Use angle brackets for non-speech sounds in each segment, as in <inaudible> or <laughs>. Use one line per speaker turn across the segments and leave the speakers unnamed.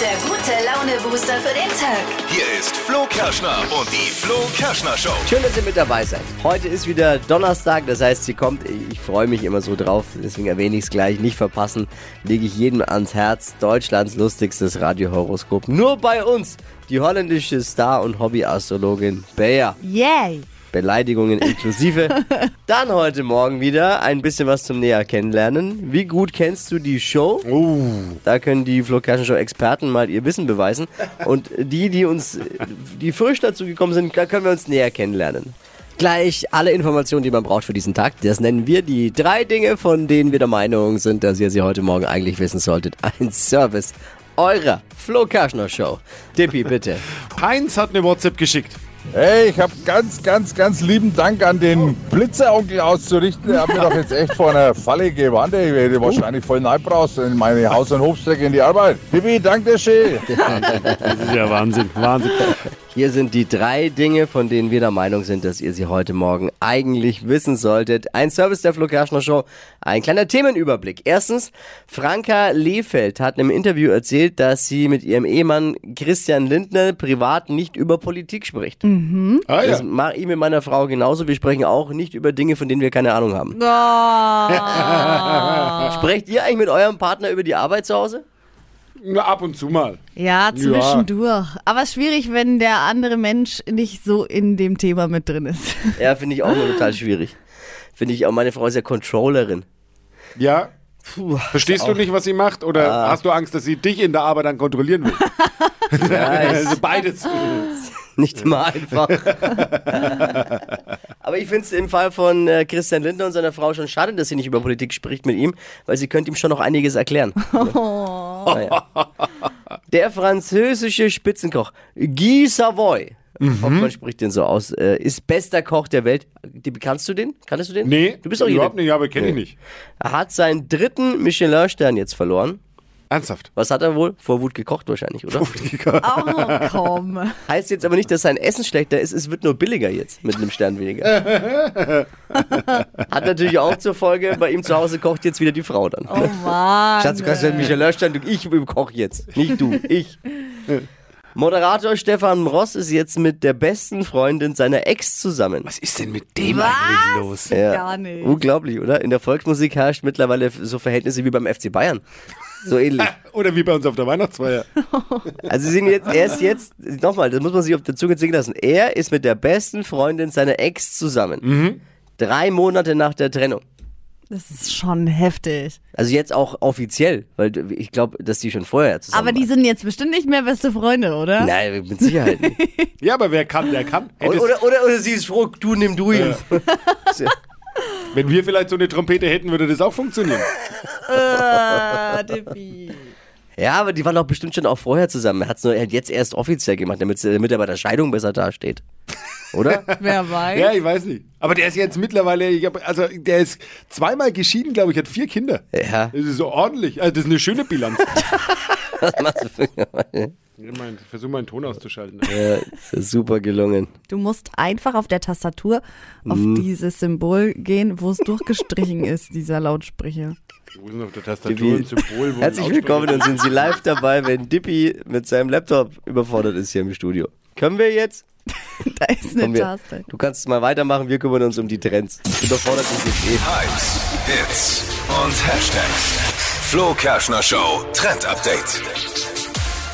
Der gute Laune-Booster für den Tag.
Hier ist Flo Kerschner und die Flo Kerschner Show.
Schön, dass ihr mit dabei seid. Heute ist wieder Donnerstag, das heißt, sie kommt. Ich freue mich immer so drauf, deswegen erwähne ich es gleich. Nicht verpassen, lege ich jedem ans Herz. Deutschlands lustigstes Radiohoroskop. Nur bei uns, die holländische Star- und Hobbyastrologin Bea.
Yay!
Beleidigungen inklusive. Dann heute Morgen wieder ein bisschen was zum Näher kennenlernen. Wie gut kennst du die Show? Da können die Flo Kerschen Show Experten mal ihr Wissen beweisen. Und die, die uns, die frisch dazu gekommen sind, da können wir uns näher kennenlernen. Gleich alle Informationen, die man braucht für diesen Tag. Das nennen wir die drei Dinge, von denen wir der Meinung sind, dass ihr sie heute Morgen eigentlich wissen solltet. Ein Service eurer Flo Kerschner Show. Dippi, bitte.
Heinz hat eine WhatsApp geschickt.
Hey, ich habe ganz, ganz, ganz lieben Dank an den Blitzeronkel auszurichten. Er hat mir doch jetzt echt vor einer Falle gewarnt. ey. Ich
Oh.
werde wahrscheinlich voll neib raus in meine Haus- und Hofstrecke in die Arbeit. Bibi, danke schön.
Das ist ja Wahnsinn, Wahnsinn.
Hier sind die drei Dinge, von denen wir der Meinung sind, dass ihr sie heute Morgen eigentlich wissen solltet. Ein Service der Flo Kerschner Show, ein kleiner Themenüberblick. Erstens, Franka Lefeld hat im Interview erzählt, dass sie mit ihrem Ehemann Christian Lindner privat nicht über Politik spricht.
Ah,
Das
ja.
mache ich mit meiner Frau genauso. Wir sprechen auch nicht über Dinge, von denen wir keine Ahnung
Oh.
haben. Sprecht ihr eigentlich mit eurem Partner über die Arbeit zu Hause?
Nur ab und zu mal.
Ja, zwischendurch. Aber es ist schwierig, wenn der andere Mensch nicht so in dem Thema mit drin ist.
Ja, finde ich auch immer total schwierig. Finde ich auch, meine Frau ist ja Controllerin.
Ja. <laughs>
Puh.
Verstehst du nicht, was sie macht? Oder
Ah.
hast du Angst, dass sie dich in der Arbeit dann
<laughs>
kontrollieren will? also beides.
Nicht immer einfach. <laughs> Aber ich finde es im Fall von äh, Christian Lindner und seiner Frau schon schade, dass sie nicht über Politik spricht mit ihm, weil sie könnte ihm schon noch einiges erklären. Ne? Naja. Der französische Spitzenkoch Guy Savoy, man spricht den so aus, äh, ist bester Koch der Welt. Die, kannst du den? Kannst du den?
Nee,
Du bist auch
überhaupt
jemand.
nicht, aber kenne ich nicht.
Er hat seinen dritten Michelin-Stern jetzt verloren.
Ernsthaft.
Was hat er wohl? Vor Wut gekocht wahrscheinlich, oder?
Oh, <laughs> komm.
Heißt jetzt aber nicht, dass sein Essen schlechter ist, es wird nur billiger jetzt mit einem Stern weniger.
<laughs>
Hat natürlich auch zur Folge, bei ihm zu Hause kocht jetzt wieder die Frau dann.
Oh Mann.
Schatz, du kannst ja Michelin-Stern, ich koche jetzt, nicht du, ich. Moderator Stefan Ross ist jetzt mit der besten Freundin seiner Ex zusammen.
Was ist denn mit dem
Was?
eigentlich los?
Ja.
Gar nicht.
Unglaublich, oder? In der Volksmusik herrscht mittlerweile so Verhältnisse wie beim FC Bayern. So ähnlich.
Oder wie bei uns auf der Weihnachtsfeier.
Also sie sind jetzt, er ist jetzt, nochmal, das muss man sich auf der Zunge zergehen lassen. Er ist mit der besten Freundin seiner Ex zusammen. Drei Monate nach der Trennung.
Das ist schon heftig.
Also jetzt auch offiziell, weil ich glaube, dass die schon vorher zusammen
Aber die
waren.
sind jetzt bestimmt nicht mehr beste Freunde, oder?
Nein, mit Sicherheit nicht.
Ja, aber wer kann, der kann.
oder,
Hättest,
oder, oder, oder sie ist froh, du nimm du ihn.
wenn wir vielleicht so eine Trompete hätten, würde das auch funktionieren.
Äh, Dippi.
<laughs> Ja, aber die waren doch bestimmt schon auch vorher zusammen. Er hat es nur er hat jetzt erst offiziell gemacht, damit der Mitarbeiter Scheidung besser dasteht. Oder?
Wer weiß.
Ja, ich weiß nicht. Aber der ist jetzt mittlerweile, ich hab, also der ist zweimal geschieden, glaube ich, hat vier Kinder.
Ja.
Das ist so ordentlich. Also das ist eine schöne Bilanz.
Was machst du für <laughs>
ich mein, versuche meinen Ton auszuschalten.
ja, ist ja Super gelungen.
Du musst einfach auf der Tastatur auf
Mhm.
dieses Symbol gehen, wo es durchgestrichen ist, dieser Lautsprecher. <laughs>
Wo sind auf der
Dippi.
Tastatur ein Symbol? Wo
Herzlich
ein
willkommen und sind Sie live dabei, wenn Dippy mit seinem Laptop überfordert ist hier im Studio. Können wir jetzt?
Da ist
Können
eine
wir.
Taste.
Du kannst mal weitermachen, wir kümmern uns um die Trends. Überfordert ist jetzt eh.
Hypes, Hits und Hashtags. Flo Kerschner Show Trend Update.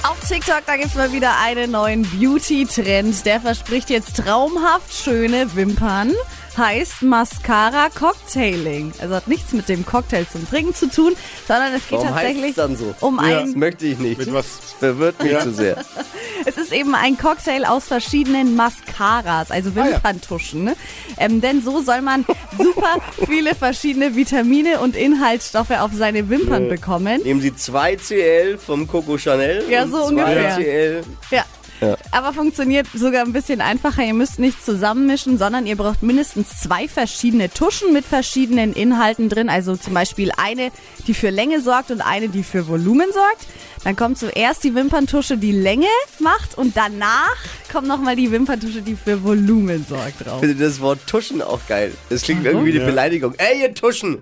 Auf TikTok, da gibt's mal wieder einen neuen Beauty-Trend. Der verspricht jetzt traumhaft schöne Wimpern. Heißt Mascara Cocktailing. Also hat nichts mit dem Cocktail zum Trinken zu tun, sondern es geht
Warum heißt
tatsächlich
es dann so?
um
ja. Das
ein
möchte ich nicht.
Mit
Das
was?
verwirrt mich
Ja.
zu sehr.
Es ist eben ein Cocktail aus verschiedenen Mascaras,
Ah,
also Wimperntuschen. ne? Ähm, denn so soll man
<laughs>
super viele verschiedene Vitamine und Inhaltsstoffe auf seine Wimpern bekommen.
Nehmen Sie 2CL vom Coco Chanel.
Ja,
und
so ungefähr.
2CL.
Ja. Aber funktioniert sogar ein bisschen einfacher. Ihr müsst nicht zusammenmischen, sondern ihr braucht mindestens zwei verschiedene Tuschen mit verschiedenen Inhalten drin. Also zum Beispiel eine, die für Länge sorgt und eine, die für Volumen sorgt. Dann kommt zuerst die Wimperntusche, die Länge macht und danach kommt nochmal die Wimperntusche, die für Volumen sorgt drauf.
Ich finde das Wort Tuschen auch geil. Das klingt irgendwie wie eine Beleidigung. Ey, ihr Tuschen!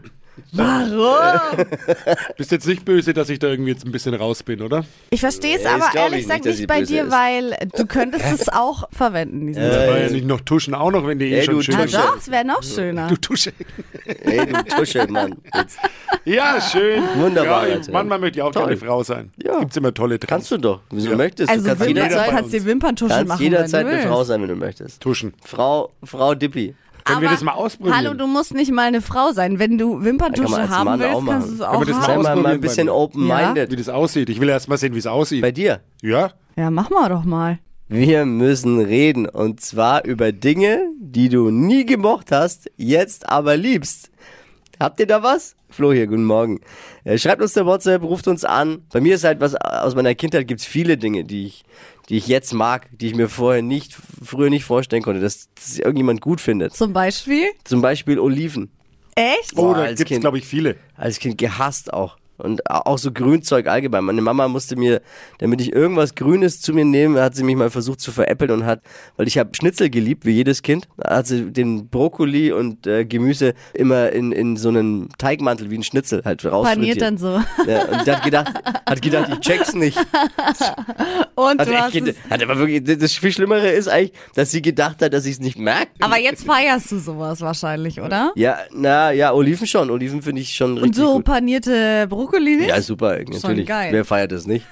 Warum?
Bist jetzt nicht böse, dass ich da irgendwie jetzt ein bisschen raus bin, oder?
Ich verstehe es
Nee, das
aber
glaub
ehrlich
ich
gesagt
nicht, dass
nicht,
sie
bei
böse
dir,
ist. Äh,
weil du könntest es auch verwenden, diesen
Da
Trick.
war ja nicht noch Tuschen auch noch, wenn die eh
Ey,
schon
du
schön
Na
Tusche.
sind.
doch, es wäre noch schöner.
Du Tusche.
Ey, du Tusche, Mann. Jetzt
Ja, schön.
Wunderbar,
Ja,
Leute.
manchmal möchte ich auch gerne Frau sein.
Ja.
Gibt's immer tolle Tricks.
kannst du doch, wenn du möchtest.
also
du kannst
Wimpern,
jederzeit-
du
jederzeit,
kannst dir Wimperntusche
kannst
machen,
jederzeit
wenn du
eine Frau
willst.
sein, wenn du möchtest.
Tuschen.
Frau, Frau Dippi.
Können wir
Aber
das mal ausprobieren?
Hallo, du musst nicht mal eine Frau sein. Wenn du
Kann man
Wimperntusche
als
haben
Mann auch
willst,
machen.
kannst du es
Kann
auch
man das
Sei
haben.
machen?
mal, mal ein
ausprobieren
bisschen
bei mir.
open-minded.
Wie das aussieht. Ich will erst mal sehen, wie es aussieht.
Bei dir.
ja?
Ja, mach mal doch mal.
Wir müssen reden und zwar über Dinge, die du nie gemocht hast, jetzt aber liebst. Habt ihr da was? Flo hier, guten Morgen. Äh, Schreibt uns der WhatsApp, ruft uns an. Bei mir ist halt was, aus meiner Kindheit gibt es viele Dinge, die ich, die ich jetzt mag, die ich mir vorher nicht, früher nicht vorstellen konnte, dass, dass irgendjemand gut findet.
Zum Beispiel?
Zum Beispiel Oliven.
Echt?
Oh,
Boah,
da
als
gibt's,
Kind.
glaube ich, viele.
als Kind gehasst auch. Und au- auch so Grünzeug allgemein. Meine Mama musste mir, damit ich irgendwas Grünes zu mir nehme, hat sie mich mal versucht zu veräppeln und hat, weil ich habe Schnitzel geliebt, wie jedes Kind, hat sie den Brokkoli und äh, Gemüse immer in, in so einen Teigmantel wie ein Schnitzel halt rausfrittiert.
Paniert dann so. <laughs>
Ja, und hat gedacht, hat gedacht, ich check's nicht.
Und
Hat,
du
echt
hast
gedacht,
es.
hat aber wirklich, das- das viel Schlimmere ist eigentlich, dass sie gedacht hat, dass ich es nicht merke.
Aber jetzt feierst du sowas wahrscheinlich, oder?
Ja, na ja, Oliven schon. Oliven finde ich schon
Und
richtig
so
gut.
panierte Brokkoli nicht?
Ja, super, natürlich.
geil.
Wer feiert das nicht?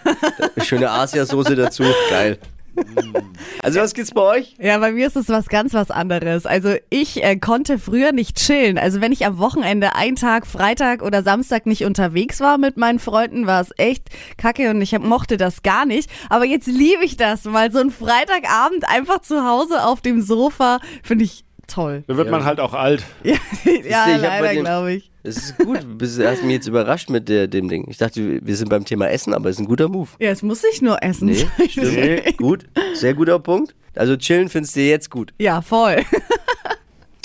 Schöne Asiasoße dazu, geil. Also was gibt's bei euch?
Ja, bei mir ist es was ganz was anderes. Also ich äh, konnte früher nicht chillen. Also wenn ich am Wochenende einen Tag, Freitag oder Samstag nicht unterwegs war mit meinen Freunden, war es echt kacke und ich hab, mochte das gar nicht. Aber jetzt liebe ich das, weil so ein Freitagabend einfach zu Hause auf dem Sofa finde ich toll. <laughs>
Da wird man halt auch alt.
ja,
ich hab bei
leider
den-
glaube ich.
Es ist gut, du bist- hast mich jetzt überrascht mit der, dem Ding. Ich dachte, wir sind beim Thema Essen, aber es ist ein guter Move.
Ja, es muss nicht nur essen. <laughs>
Nee,
sein.
stimmt. Gut, sehr guter Punkt. Also chillen findest du jetzt gut. <laughs>
Ja, voll.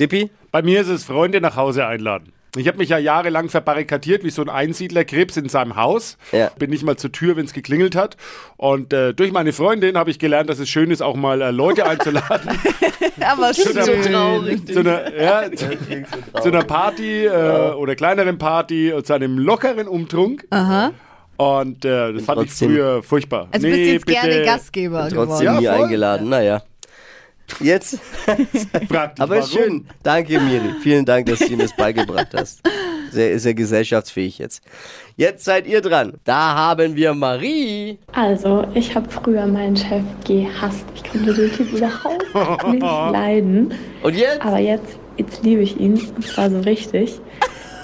Dippi?
Bei mir ist es Freunde nach Hause einladen. Ich habe mich ja jahrelang verbarrikadiert wie so ein Einsiedlerkrebs in seinem Haus.
Ja.
Bin nicht mal zur Tür, wenn es geklingelt hat. Und äh, durch meine Freundin habe ich gelernt, dass es schön ist, auch mal äh, Leute einzuladen.
<laughs>
Aber schön.
traurig.
zu, einer,
<laughs>
ja, zu, zu einer Party äh, oder kleineren Party und zu einem lockeren Umtrunk. Und äh, das fand
trotzdem-
ich früher furchtbar.
Also bist jetzt gerne Gastgeber geworden.
Trotzdem
Ja,
nie
voll.
eingeladen, naja. Jetzt,
Frag dich
aber ist
warum.
schön. Danke, Miri. Vielen Dank, dass du mir das beigebracht hast. Sehr, sehr gesellschaftsfähig jetzt. Jetzt seid ihr dran. Da haben wir Marie.
Also, ich habe früher meinen Chef gehasst. Ich konnte den Typ überhaupt nicht leiden.
Und jetzt?
Aber jetzt, jetzt liebe ich ihn. Und zwar so richtig.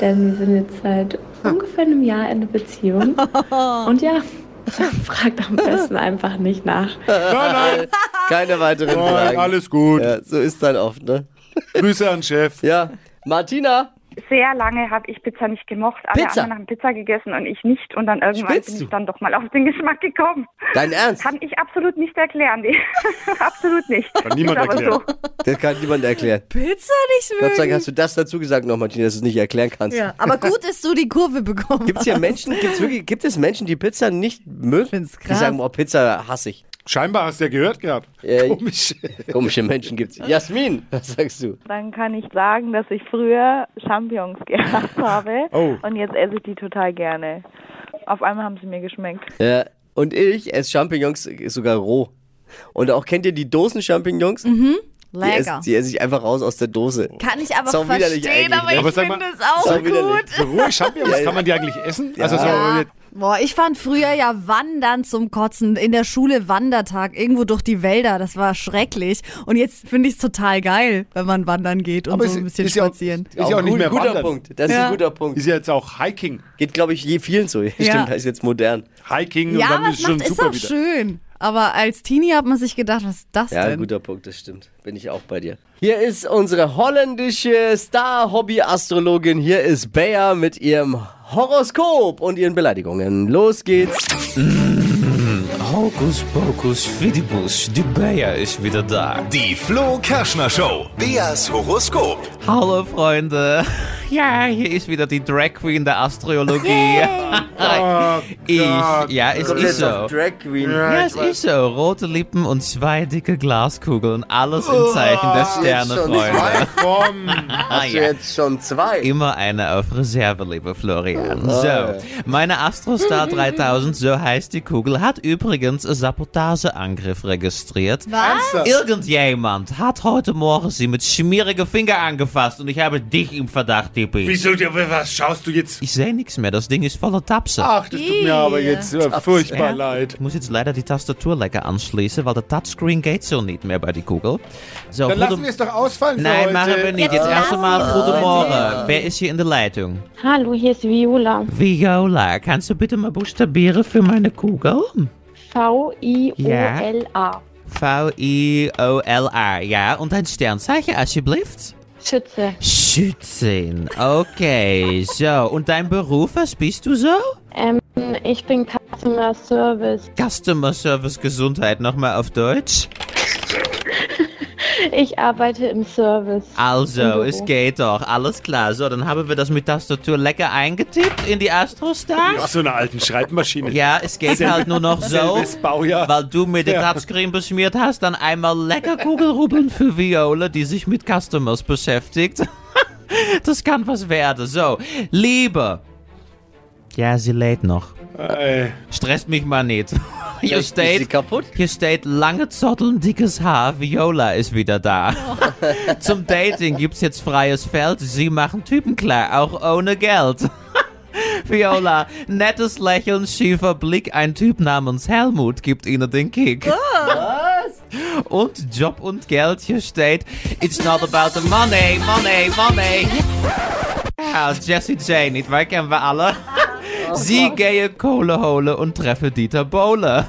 Denn wir sind jetzt seit ungefähr einem Jahr in einer Beziehung. Und ja, <laughs> fragt am besten einfach nicht nach.
<laughs>
Nein,
Keine weiteren
nein,
Fragen.
Oh, alles gut.
Ja, so ist dann oft, ne?
Grüße an Chef.
Ja, Martina,
Sehr lange habe ich Pizza nicht gemocht. Alle
Pizza?
anderen haben Pizza gegessen und ich nicht. Und dann irgendwann
Spinnst
bin
du?
ich dann doch mal auf den Geschmack gekommen.
dein Ernst?
Kann ich absolut nicht erklären. Nee. <laughs> absolut nicht.
Kann niemand
Ist aber
erklären.
So.
<laughs> Das kann niemand erklären.
Pizza nicht mögen.
Gott sei Dank hast du das dazu gesagt noch, Martina, dass du es nicht erklären kannst.
ja, aber gut, dass du die Kurve bekommen
Gibt es hier Menschen, gibt's wirklich, gibt es Menschen, die Pizza nicht mögen?
Find's krass.
Die sagen, oh, Pizza hasse ich.
Scheinbar hast du ja gehört gehabt.
Äh,
Komisch.
Komische Menschen gibt's. Jasmin, was sagst du?
Dann kann ich sagen, dass ich früher Champignons gehasst <laughs> habe
Oh.
und jetzt esse ich die total gerne. Auf einmal haben sie mir geschmeckt.
Ja, und ich esse Champignons sogar roh. Und auch kennt ihr die Dosen-Champignons?
hast.
Die esse, die esse ich einfach raus aus der Dose.
Mhm. Kann ich aber
Sau widerlich
verstehen,
eigentlich,
aber
ne?
ich
Aber sag
finde
mal,
es auch
sau widerlich.
gut.
So rohe Champignons kann man die eigentlich essen? Also so,
Ja.
jetzt-
Boah, ich fand früher ja Wandern zum Kotzen, in der Schule Wandertag, irgendwo durch die Wälder, das war schrecklich. Und jetzt finde ich es total geil, wenn man wandern geht und
Aber
so
es-
ein bisschen
ist ja auch-
spazieren.
Ist ja auch nicht
gut,
mehr
guter
wandern.
Punkt. Das ist
Ja.
ein guter Punkt.
ist ja jetzt auch Hiking.
Geht, glaube ich, je vielen so. <laughs> Stimmt, das ist jetzt modern.
Hiking
ja,
und dann
aber
ist
es
es schon
macht, ist
super
auch
wieder.
schön. Aber als Teenie hat man sich gedacht, was ist das
Ja,
denn?
guter Punkt, das stimmt. Bin ich auch bei dir. Hier ist unsere holländische Star-Hobby-Astrologin. Hier ist Bea mit ihrem Horoskop und ihren Beleidigungen. Los geht's.
Hokus pokus fidibus, die Bayer ist wieder da.
Die Flo Kerschner Show. Beas Horoskop.
Hallo Freunde, ja, hier ist wieder die Drag Queen der Astrologie. ich,
Ah,
ja, es
Kommt
ist
jetzt
so.
auf Drag Queen.
Ja, es ist so. Rote Lippen und zwei dicke Glaskugeln. Alles im
Oh,
Zeichen der Sterne,
schon
Freunde. <laughs> Ah,
Hast du
ja.
jetzt schon zwei?
Immer eine auf Reserve, lieber Florian.
Oh.
So, meine Astrostar 3000, so heißt die Kugel, hat übrigens einen Sabotageangriff registriert.
Was?
Irgendjemand hat heute Morgen sie mit schmierigen Finger angefasst und ich habe dich im Verdacht, Tippi.
Wieso, ja, was schaust du jetzt?
Ich sehe nichts mehr, das Ding ist voller Tapse.
Ach, das tut mir aber jetzt äh, furchtbar leid.
Ich muss jetzt leider die Tastatur lecker anschließen, weil der Touchscreen geht so nicht mehr bei die Kugel. So,
Dann
gute-
lassen wir es doch ausfallen für
Nein,
heute.
machen wir nicht. Jetzt erst einmal guten Morgen. Wer ist hier in der Leitung?
Hallo, hier ist Viola.
Viola, kannst du bitte mal buchstabieren für meine Kugel?
V-I-O-L-A.
V-I-O-L-A, ja. Und ein Sternzeichen, alsjeblieft.
Schütze.
Schützin, okay. So, und dein Beruf, was bist du so?
Ähm, ich bin Customer Service.
Customer Service Gesundheit, nochmal auf Deutsch.
Ich arbeite im Service. Im
Also,
Büro.
es geht doch. Alles klar. So, dann haben wir das mit Tastatur lecker eingetippt in die Astrostar.
Aus so einer alten Schreibmaschine.
Ja, es geht halt nur noch so,
Selbes Baujahr.
weil du mir den
Ja.
Touchscreen beschmiert hast, dann einmal lecker Kugelrubbeln für Viola, die sich mit Customers beschäftigt. Das kann was werden. So, Liebe. Ja, sie lädt noch. Stresst mich mal nicht. Hier
Vielleicht ist sie
steht, hier steht lange Zotteln, dickes Haar, Viola ist wieder da. Zum Dating gibt's jetzt freies Feld, sie machen Typen klar, auch ohne Geld. Viola, nettes Lächeln, schiefer Blick, ein Typ namens Helmut gibt ihnen den Kick.
Was?
Und Job und Geld, hier steht, it's not about the money, money, money. Ja, Jesse J, nicht wahr, kennen wir alle. <laughs> Sie gehe Kohle hole und treffe Dieter Bohle.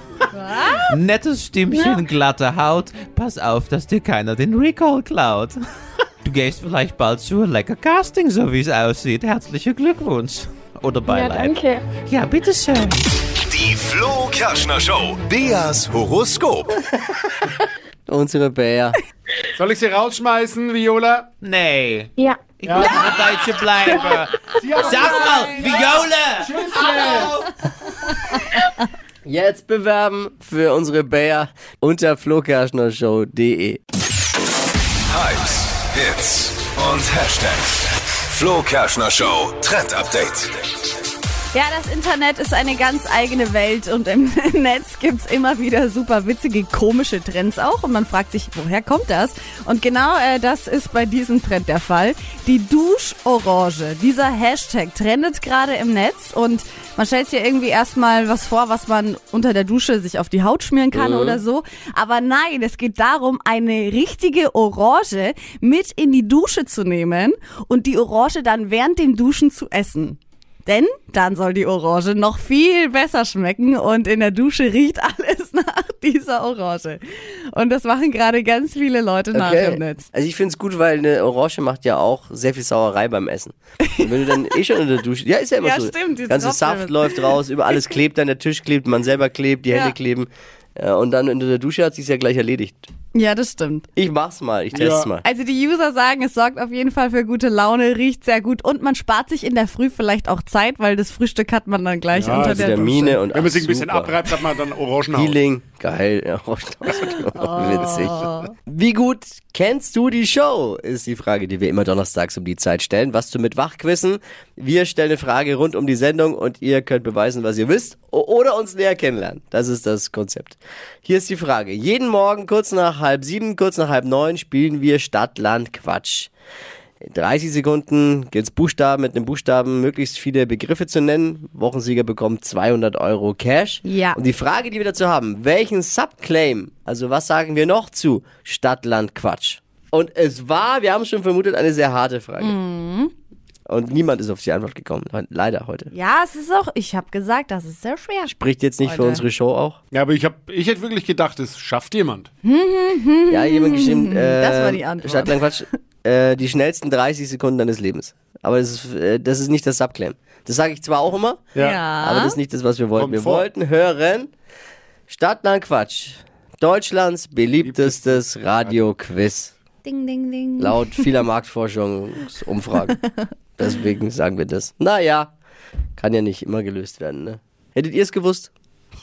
Nettes Stimmchen, glatte Haut, pass auf, dass dir keiner den Recall klaut. <laughs> Du gehst vielleicht bald zu lecker Casting, so wie es aussieht. Herzlichen Glückwunsch. Oder Beileid. Ja, bitteschön.
Die Flo Kerschner Show. Beas Horoskop.
Unsere Bär.
Soll ich sie rausschmeißen, Viola?
Nee.
Ja.
Ich muss ja. Deutsche bleiben. Sag mal, Viola! Hallo!
Jetzt bewerben für unsere Bär unter flokerschnershow.de.
Hypes, Hits und Hashtags. Flo Kerschner Show Trend Update.
Ja, das Internet ist eine ganz eigene Welt und im <laughs> Netz gibt's immer wieder super witzige, komische Trends auch und man fragt sich, woher kommt das? Und genau äh, das ist bei diesem Trend der Fall. Die Duschorange, dieser Hashtag trendet gerade im Netz und man stellt sich ja irgendwie erstmal was vor, was man unter der Dusche sich auf die Haut schmieren kann
Mhm.
oder so. Aber nein, es geht darum, eine richtige Orange mit in die Dusche zu nehmen und die Orange dann während dem Duschen zu essen. Denn dann soll die Orange noch viel besser schmecken und in der Dusche riecht alles <laughs> nach dieser Orange. Und das machen gerade ganz viele Leute nach im Netz.
Also ich finde es gut, weil eine Orange macht ja auch sehr viel Sauerei beim Essen. Und wenn du dann eh schon in der Dusche, ja ist ja immer
Ja,
so,
stimmt, die
ganze
tropft
Saft
immer.
läuft raus, über alles klebt, dann der Tisch klebt, man selber klebt, die
Ja.
Hände kleben Äh, und dann unter der Dusche hat sich's ja gleich erledigt.
Ja, das stimmt.
Ich mach's mal, ich test's mal.
Also die User sagen, es sorgt auf jeden Fall für gute Laune, riecht sehr gut und man spart sich in der Früh vielleicht auch Zeit, weil das Frühstück hat man dann gleich
also
unter also der
Vitamine
Dusche.
und
Wenn man sich ein
ach,
bisschen
super.
abreibt, hat man dann Orangenhaut.
Healing, geil, <laughs> Oh, ja, Orangenhaut. Witzig. Wie gut kennst du die Show? Ist die Frage, die wir immer donnerstags um die Zeit stellen. Was du mit Wachquissen? Wir stellen eine Frage rund um die Sendung und ihr könnt beweisen, was ihr wisst o- oder uns näher kennenlernen. Das ist das Konzept. Hier ist die Frage. Jeden Morgen kurz nach halb sieben, kurz nach halb neun spielen wir Stadt, Land, Quatsch. In 30 Sekunden gilt's Buchstaben mit einem Buchstaben möglichst viele Begriffe zu nennen. Wochensieger bekommt 200 Euro Cash.
Ja.
Und die Frage, die wir dazu haben, welchen Subclaim, also was sagen wir noch zu Stadtland Quatsch? Und es war, wir haben schon vermutet, eine sehr harte Frage.
Mhm.
Und niemand ist auf die Antwort gekommen. Le- Leider heute.
Ja, es ist auch, ich habe gesagt, das ist sehr schwer.
Spricht jetzt nicht für
Heute.
unsere Show auch.
Ja, aber ich, hab, ich hätte wirklich gedacht, es schafft jemand.
Ja, jemand geschrieben. Äh,
Mhm. Das war die Antwort.
Stadtland Quatsch. Äh, die schnellsten 30 Sekunden deines Lebens. Aber das ist, äh, das ist nicht das Subclaim. Das sage ich zwar auch immer,
Ja. Ja.
aber das ist nicht das, was wir wollten.
Kommt
wir
vor.
wollten hören Stadtland Quatsch. Deutschlands beliebtestes Radioquiz.
Ding, ding, ding.
Laut vieler Marktforschungsumfragen. Deswegen sagen wir das. Naja, kann ja nicht immer gelöst werden, ne? Hättet ihr es gewusst?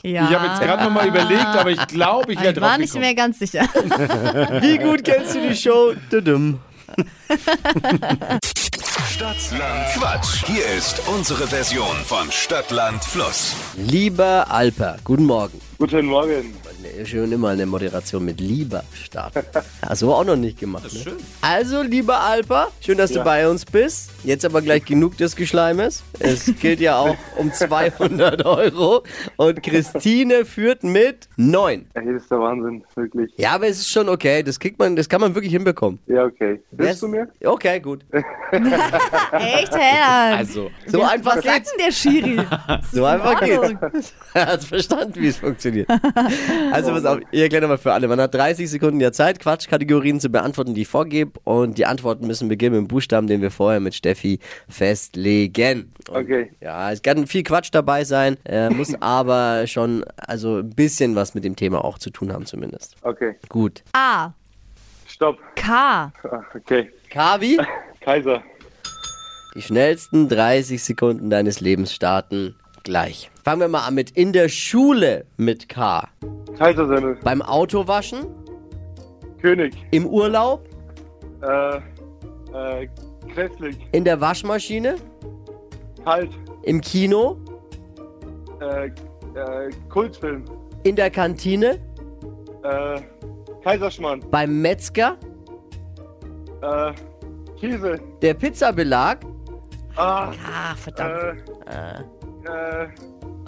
Ja.
Ich habe jetzt gerade nochmal überlegt, aber ich glaube, ich wäre
Ich war
drauf
nicht
gekommen.
mehr ganz sicher.
Wie gut kennst du die Show? Dudum.
Stadtland Quatsch. Hier ist unsere Version von Stadtland Fluss.
Lieber Alper, guten Morgen.
Guten Morgen.
Schön immer eine Moderation mit Lieber
<laughs>
starten. Hast du auch noch nicht gemacht. Ne? Also, lieber Alper, schön, dass
Ja.
du bei uns bist. Jetzt aber gleich genug des Geschleimes. Es gilt ja auch
<laughs>
um 200 Euro. Und Christine führt mit 9.
Hier ist der Wahnsinn, wirklich.
Ja, aber es ist schon okay. Das, kriegt man, das kann man wirklich hinbekommen.
Ja, okay.
Wer-
Hörst du mir?
Okay, gut.
Echt, Herr?
Also,
So einfach
Was sagt
geht's.
denn der Schiri?
So einfach
in
geht's.
Ordnung.
<laughs> Er hat verstanden, wie es funktioniert. Also pass auf, ich erkläre nochmal für alle. Man hat 30 Sekunden der Zeit, Quatschkategorien zu beantworten, die ich vorgebe. Und die Antworten müssen beginnen mit dem Buchstaben, den wir vorher mit Steffi festlegen. Und,
Okay.
Ja, es kann viel Quatsch dabei sein, äh,
<laughs>
muss aber schon also ein bisschen was mit dem Thema auch zu tun haben zumindest.
Okay.
Gut.
A.
Stopp.
K.
Ah, Okay.
Kavi,
Kaiser.
die schnellsten 30 Sekunden deines Lebens starten gleich. Fangen wir mal an mit in der Schule mit K.
Kaisersemmel.
Beim Autowaschen?
König.
Im Urlaub?
Äh, äh, grässlich.
In der Waschmaschine?
Kalt.
Im Kino?
Äh, äh, Kultfilm.
In der Kantine?
Äh, Kaiserschmarrn.
Beim Metzger?
Äh, Käse.
Der Pizzabelag?
Ah,
Ah, verdammt. Äh,
äh,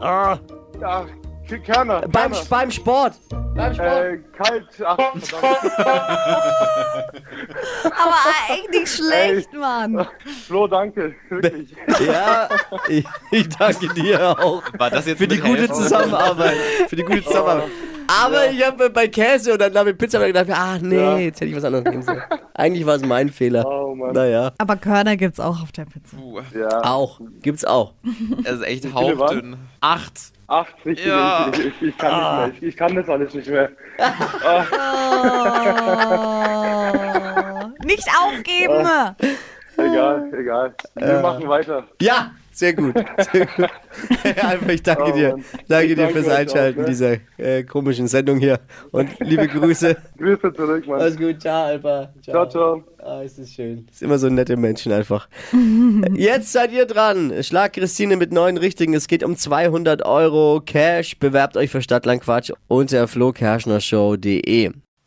ah.
ach, K- Körner.
Beim,
Körner.
beim Sport? Beim Sport?
Äh, <laughs> kalt. Ach, verdammt.
Aber echt nicht schlecht, Mann.
Flo, danke. Wirklich.
Ja, ich, ich danke dir auch.
War das jetzt
Für die
mit
gute
Helfen?
Zusammenarbeit. Für die gute Zusammenarbeit. Aber ich habe bei Käse und dann habe ich Pizza gedacht, ach nee,
Ja.
jetzt hätte ich was anderes nehmen sollen. Eigentlich war es mein Fehler.
Oh, Mann.
Naja,
Aber Körner gibt's auch auf der Pizza.
Ja.
auch. Gibt's auch.
Das ist echt
viele waren?
hauchdünn. Acht.
Acht, richtig,
Ja.
richtig. Ich, ich kann nicht mehr. Ich kann das alles nicht mehr.
Oh. Nicht aufgeben.
Egal, egal. Wir machen weiter.
Ja, sehr gut. Sehr
<laughs>
gut. Einfach, ich danke
Oh,
dir.
Mann.
Danke
Ich
dir
danke
fürs
euch auch,
Einschalten
ne?
dieser äh, komischen Sendung hier. Und liebe Grüße.
<laughs> Grüße zurück, Mann.
Alles gut, ciao, Alba.
ciao, ciao.
Ah, es ist schön. Ist immer so nette Menschen einfach.
<laughs>
Jetzt seid ihr dran. Schlag Christine mit neun Richtigen. Es geht um 200 Euro Cash. Bewerbt euch für Stadtlandquatsch unter flokerschnershow.de.